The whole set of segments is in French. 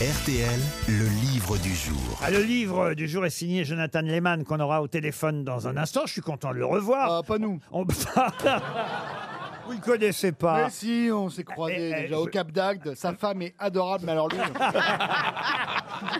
RTL, le livre du jour. Ah, le livre du jour est signé Jonathan Lehmann qu'on aura au téléphone dans un instant. Je suis content de le revoir. Ah, pas nous. On... Vous ne connaissez pas. Mais si, on s'est croisés Ah. Eh, eh, déjà je- au Cap d'Agde. Sa femme est adorable, mais alors lui.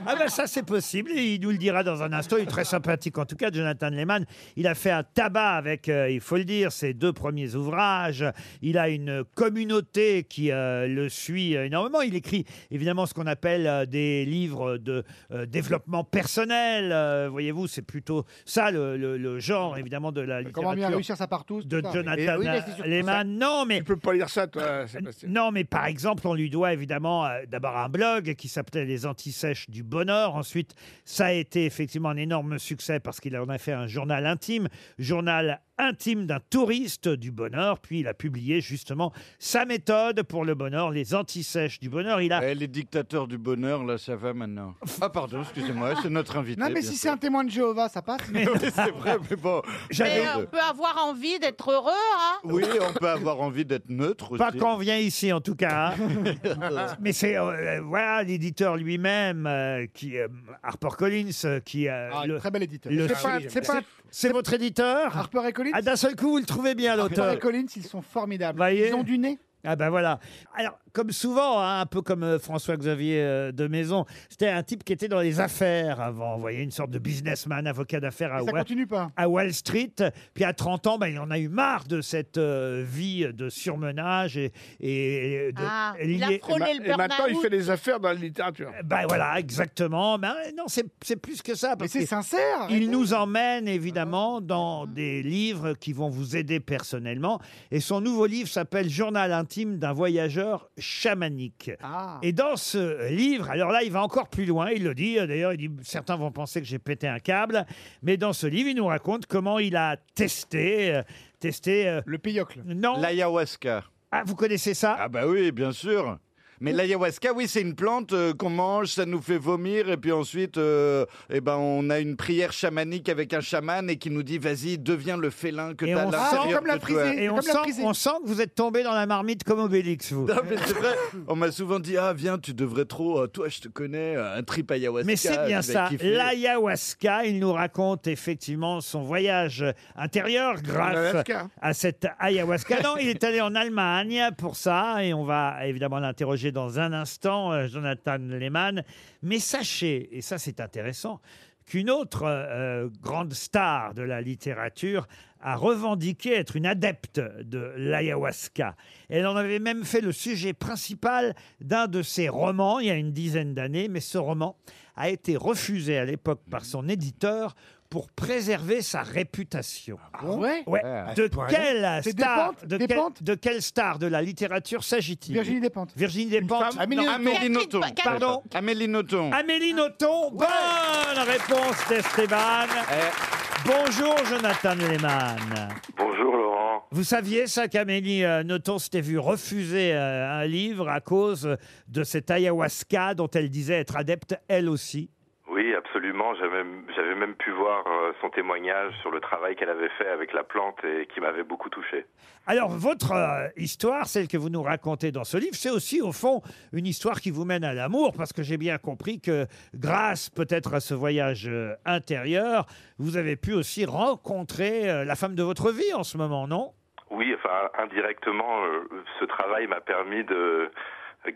Ah ben ça c'est possible, il nous le dira dans un instant, il est très sympathique en tout cas, Jonathan Lehmann. Il a fait un tabac avec, euh, il faut le dire, ses deux premiers ouvrages. Il a une communauté qui euh, le suit énormément. Il écrit évidemment ce qu'on appelle euh, des livres de euh, développement personnel. Euh, Voyez-vous, c'est plutôt ça le, le- le genre évidemment de la littérature. Comment bien réussir sa partouze de putain. Jonathan Et oui, mais c'est surtout ça. Lehmann. Non, mais Tu peux pas lire ça, toi, Sébastien. non, mais par exemple, on lui doit évidemment euh, d'abord un blog qui s'appelait Les Antisèches du Bonheur. Ensuite, ça a été effectivement un énorme succès parce qu'il en a fait un journal intime, journal intime d'un touriste du bonheur. Puis il a publié justement sa méthode pour le bonheur, Les Antisèches du Bonheur. Il a Eh, les dictateurs du bonheur, là, ça va maintenant. Ah, pardon, excusez-moi, c'est notre invité. Eh Non, mais bien si c'est sûr. un témoin de Jéhovah, ça passe. Oui, c'est vrai, mais bon. J'avais- Mais on peut avoir envie d'être heureux, hein Oui, on peut avoir envie d'être neutre aussi. Pas quand on vient ici, en tout cas. hein. Mais c'est euh, euh, voilà l'éditeur lui-même, euh, qui euh, HarperCollins, euh, qui euh, Ah, le- Très bel éditeur. le- C'est pas- c'est pas c'est votre éditeur. Harper et Collins Ah, d'un seul coup, vous le trouvez bien Harper l'auteur. et Collins, ils sont formidables. Voyez. Ils ont du nez. Ah ben voilà. Alors, comme souvent, hein, un peu comme euh, François-Xavier euh, de Maison, c'était un type qui était dans les affaires avant, vous voyez, une sorte de businessman, avocat d'affaires à, ça Wa- continue pas. à Wall Street. Puis à 30 ans, ben, il en a eu marre de cette euh, vie de surmenage et, et de Ah, il a lié- Et, ma- frôlé le et maintenant, il burn-out. fait des affaires dans la littérature. Ben voilà, exactement. Ben, non, c'est c'est plus que ça. Mais Parce c'est que- sincère. Il nous emmène évidemment dans des livres qui vont vous aider personnellement. Et son nouveau livre s'appelle Journal intime d'un voyageur chamanique. Ah. Et dans ce livre, alors là, il va encore plus loin. Il le dit. euh, D'ailleurs, il dit certains vont penser que j'ai pété un câble, mais dans ce livre, il nous raconte comment il a testé, euh, testé. euh, Le péiocle. non. L'ayahuasca. Ah, vous connaissez ça Ah, bah oui, bien sûr. Mais l'ayahuasca, oui, c'est une plante euh, qu'on mange, ça nous fait vomir, et puis ensuite, euh, eh ben, on a une prière chamanique avec un chaman et qui nous dit, vas-y, deviens le félin que Et t'as on à sent l'intérieur comme la de toi. frisée. Et c'est on comme la sent, prisée. on sent que vous êtes tombé dans la marmite comme Obélix, vous. Non, mais c'est vrai, on m'a souvent dit, ah, viens, tu devrais trop, euh, toi, je te connais, euh, un trip ayahuasca. Mais c'est bien tu ça. vas kiffer. L'ayahuasca, il nous raconte effectivement son voyage intérieur grâce Alaska. à cette ayahuasca. Non, il est allé en Allemagne pour ça et on va évidemment l'interroger dans un instant, euh, Jonathan Lehmann. Mais sachez, et ça c'est intéressant, qu'une autre euh, grande star de la littérature a revendiqué être une adepte de l'ayahuasca. Elle en avait même fait le sujet principal d'un de ses romans il y a une dizaine d'années, mais ce roman a été refusé à l'époque par son éditeur pour préserver sa réputation. Ouais. Ah Ouais. De quelle C'est star Despentes de, quel- Despentes de quelle star de la littérature s'agit-il Virginie Despentes. Virginie Despentes. femme- non. Amélie- Amélie Catherine Nothomb. Pa- Catherine- Pardon Amélie Nothomb. Amélie Nothomb. Bonne réponse d'Esteban. Eh, Bonjour Jonathan Lehmann. Bonjour Laurent. Vous saviez ça qu'Amélie euh, Nothomb s'était vue refuser euh, un livre à cause de cette ayahuasca dont elle disait être adepte elle aussi Oui, absolument. J'avais j'avais même pu voir euh, son témoignage sur le travail qu'elle avait fait avec la plante et qui m'avait beaucoup touché. Alors, votre euh, histoire, celle que vous nous racontez dans ce livre, c'est aussi, au fond, une histoire qui vous mène à l'amour, parce que j'ai bien compris que, grâce peut-être à ce voyage euh, intérieur, vous avez pu aussi rencontrer euh, la femme de votre vie en ce moment, non Oui, enfin, indirectement, euh, ce travail m'a permis de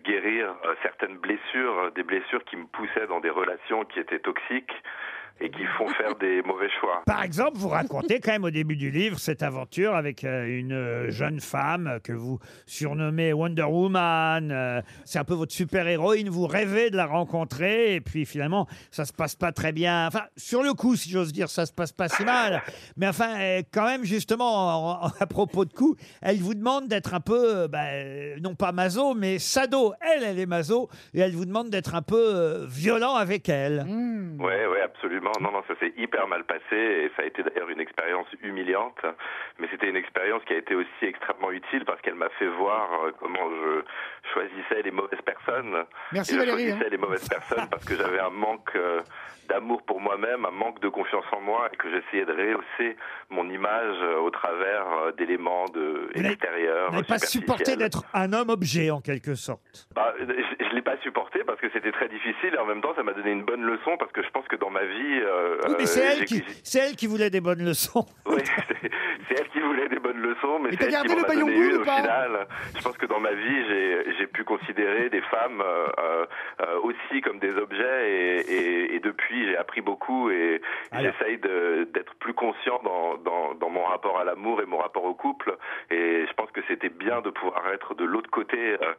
guérir euh, certaines blessures, euh, des blessures qui me poussaient dans des relations qui étaient toxiques et qui font faire des mauvais choix. Par exemple, vous racontez quand même au début du livre cette aventure avec euh, une euh, jeune femme que vous surnommez Wonder Woman. euh, C'est un peu votre super-héroïne, vous rêvez de la rencontrer et puis finalement, ça se passe pas très bien. Enfin, sur le coup, si j'ose dire, ça se passe pas si mal. Mais enfin, euh, quand même, justement, en- en- à propos de coup, elle vous demande d'être un peu, euh, bah, euh, non pas maso, mais sado. Elle, elle est maso et elle vous demande d'être un peu euh, violent avec elle. Hmm. Ouais, ouais, absolument. Non, non, ça s'est hyper mal passé et ça a été d'ailleurs une expérience humiliante, mais c'était une expérience qui a été aussi extrêmement utile parce qu'elle m'a fait voir euh, comment je choisissais les mauvaises personnes. Ah, Merci et je Valérie. hein. choisissais les mauvaises personnes parce que j'avais un manque euh, d'amour pour moi-même, un manque de confiance en moi et que j'essayais de rehausser mon image euh, au travers euh, d'éléments de Vous n'avez- extérieurs. Vous n'avez pas supporté superficiels. d'être un homme objet en quelque sorte. Bah, je, je l'ai pas supporté parce que c'était très difficile et en même temps ça m'a donné une bonne leçon parce que je pense que dans ma vie. euh, Oui, mais c'est euh, elle, j'ai- qui, c'est elle qui voulait des bonnes leçons. Oui, c'est c'est elle qui voulait des bonnes leçons, Mais mais, c'est t'as elle gardé qui m'en le a maillon donné bleu une ou au pas final. Je pense que dans ma vie, j'ai j'ai pu considérer des femmes euh, euh, euh, aussi comme des objets, et, et- et depuis, j'ai appris beaucoup et Ah, Alors. j'essaye de- d'être plus conscient dans, dans, dans mon rapport à l'amour et mon rapport au couple. Et je pense que c'était bien de pouvoir être de l'autre côté euh,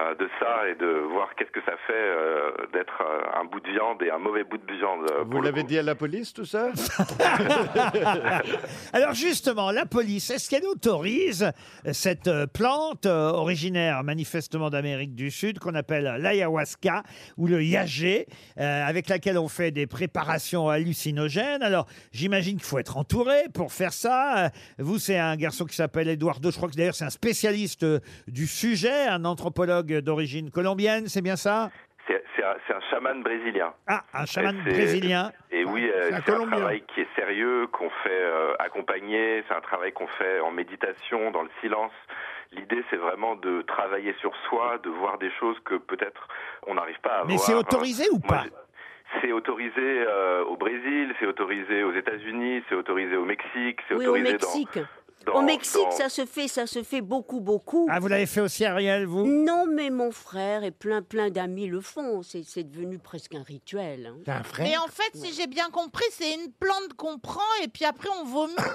euh, de ça et de voir qu'est-ce que ça fait euh, d'être euh, un bout de viande et un mauvais bout de viande. euh, pour Vous le l'avez coup. dit à la police, tout ça Alors justement, la police, est-ce qu'elle autorise cette euh, plante euh, originaire manifestement d'Amérique du Sud qu'on appelle l'ayahuasca ou le yagé, euh, avec laquelle on fait des préparations hallucinogènes Alors j'imagine qu'il faut être entouré pour faire ça. Euh, Vous, c'est un garçon qui s'appelle Eduardo, je crois que d'ailleurs c'est un spécialiste euh, du sujet, un anthropologue d'origine colombienne, c'est bien ça C'est c'est un, c'est un chaman brésilien. Ah, un chaman Et c'est- brésilien. Et oui, euh, C'est un c'est un Colombien. travail qui est sérieux, qu'on fait euh, accompagner, c'est un travail qu'on fait en méditation, dans le silence. L'idée, c'est vraiment de travailler sur soi, de voir des choses que peut-être on n'arrive pas à Mais voir. c'est autorisé ou Moi, pas j'ai- C'est autorisé euh, au Brésil, c'est autorisé aux États-Unis, c'est autorisé au Mexique, c'est Oui, au autorisé dans- Mexique. dans, Au Mexique, dans- ça se fait, ça se fait beaucoup, beaucoup. Ah, vous l'avez fait aussi, Ariel, vous Non, mais mon frère et plein, plein d'amis le font. C'est c'est devenu presque un rituel. hein. T'as un Mais frère en fait, si j'ai bien compris, c'est une plante qu'on prend et puis après on vomit.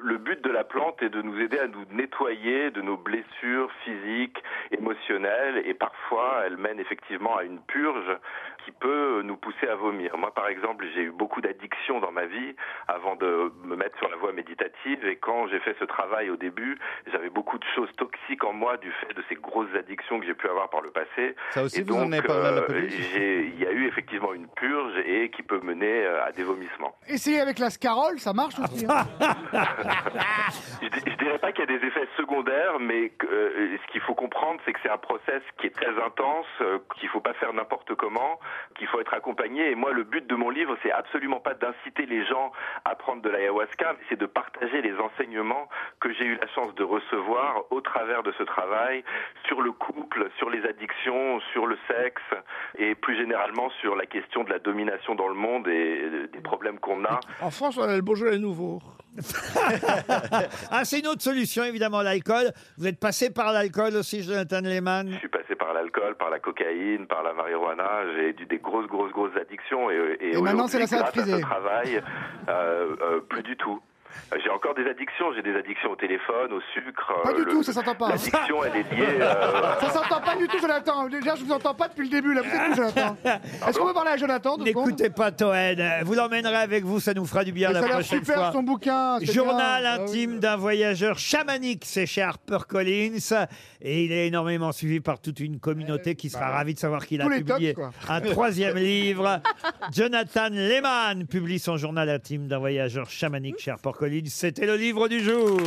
Le but de la plante est de nous aider à nous nettoyer de nos blessures physiques, émotionnelles, et parfois elle mène effectivement à une purge qui peut nous pousser à vomir. Moi, par exemple, j'ai eu beaucoup d'addictions dans ma vie avant de me mettre sur la voie méditative, et quand j'ai fait ce travail au début, j'avais beaucoup de choses toxiques en moi du fait de ces grosses addictions que j'ai pu avoir par le passé. Ça aussi, et vous en donc, avez parlé à la euh, police j'ai- il y a eu effectivement une purge et qui peut mener euh, à des vomissements. Essayez avec la scarole, ça marche aussi. hein. Je, di- je dirais pas qu'il y a des effets secondaires, mais que, euh, ce qu'il faut comprendre, c'est que c'est un process qui est très intense, euh, qu'il faut pas faire n'importe comment, qu'il faut être accompagné. Et moi, le but de mon livre, c'est absolument pas d'inciter les gens à prendre de l'ayahuasca, mais c'est de partager les enseignements que j'ai eu la chance de recevoir au travers de ce travail sur le couple, sur les addictions, sur le sexe et plus généralement sur la question de la domination dans le monde et euh, des problèmes qu'on a. En France, on a le Beaujolais nouveau. Ah, c'est une autre solution, évidemment, l'alcool. Vous êtes passé par l'alcool aussi, Jonathan Je Lehmann. suis passé par l'alcool, par la cocaïne, par la marijuana. J'ai eu des grosses, grosses, grosses addictions. Et, et, Et maintenant, aujourd'hui, c'est la salade grâce à ce frisée. travail, euh, euh, plus du tout. J'ai encore des addictions. J'ai des addictions au téléphone, au sucre. Pas euh, du le- tout, ça s'entend pas. hein. L'addiction, elle est liée. euh, Ah. Ça s'entend pas du tout, Jonathan. Déjà, je vous entends pas depuis le début. Là, vous êtes où, Jonathan Est-ce qu'on peut parler à Jonathan deux secondes N'écoutez pas Toen. Vous l'emmènerez avec vous, ça nous fera du bien Mais la Ça a l'air prochaine super fois. son bouquin. c'est Journal bien. Ah oui. intime d'un voyageur chamanique, c'est chez HarperCollins. Et il est énormément suivi par toute une communauté qui sera ravie de savoir qu'il a Eh, bah tous les publié tops, un troisième livre. Jonathan Lehmann publie son journal intime d'un voyageur chamanique chez HarperCollins. C'était le livre du jour.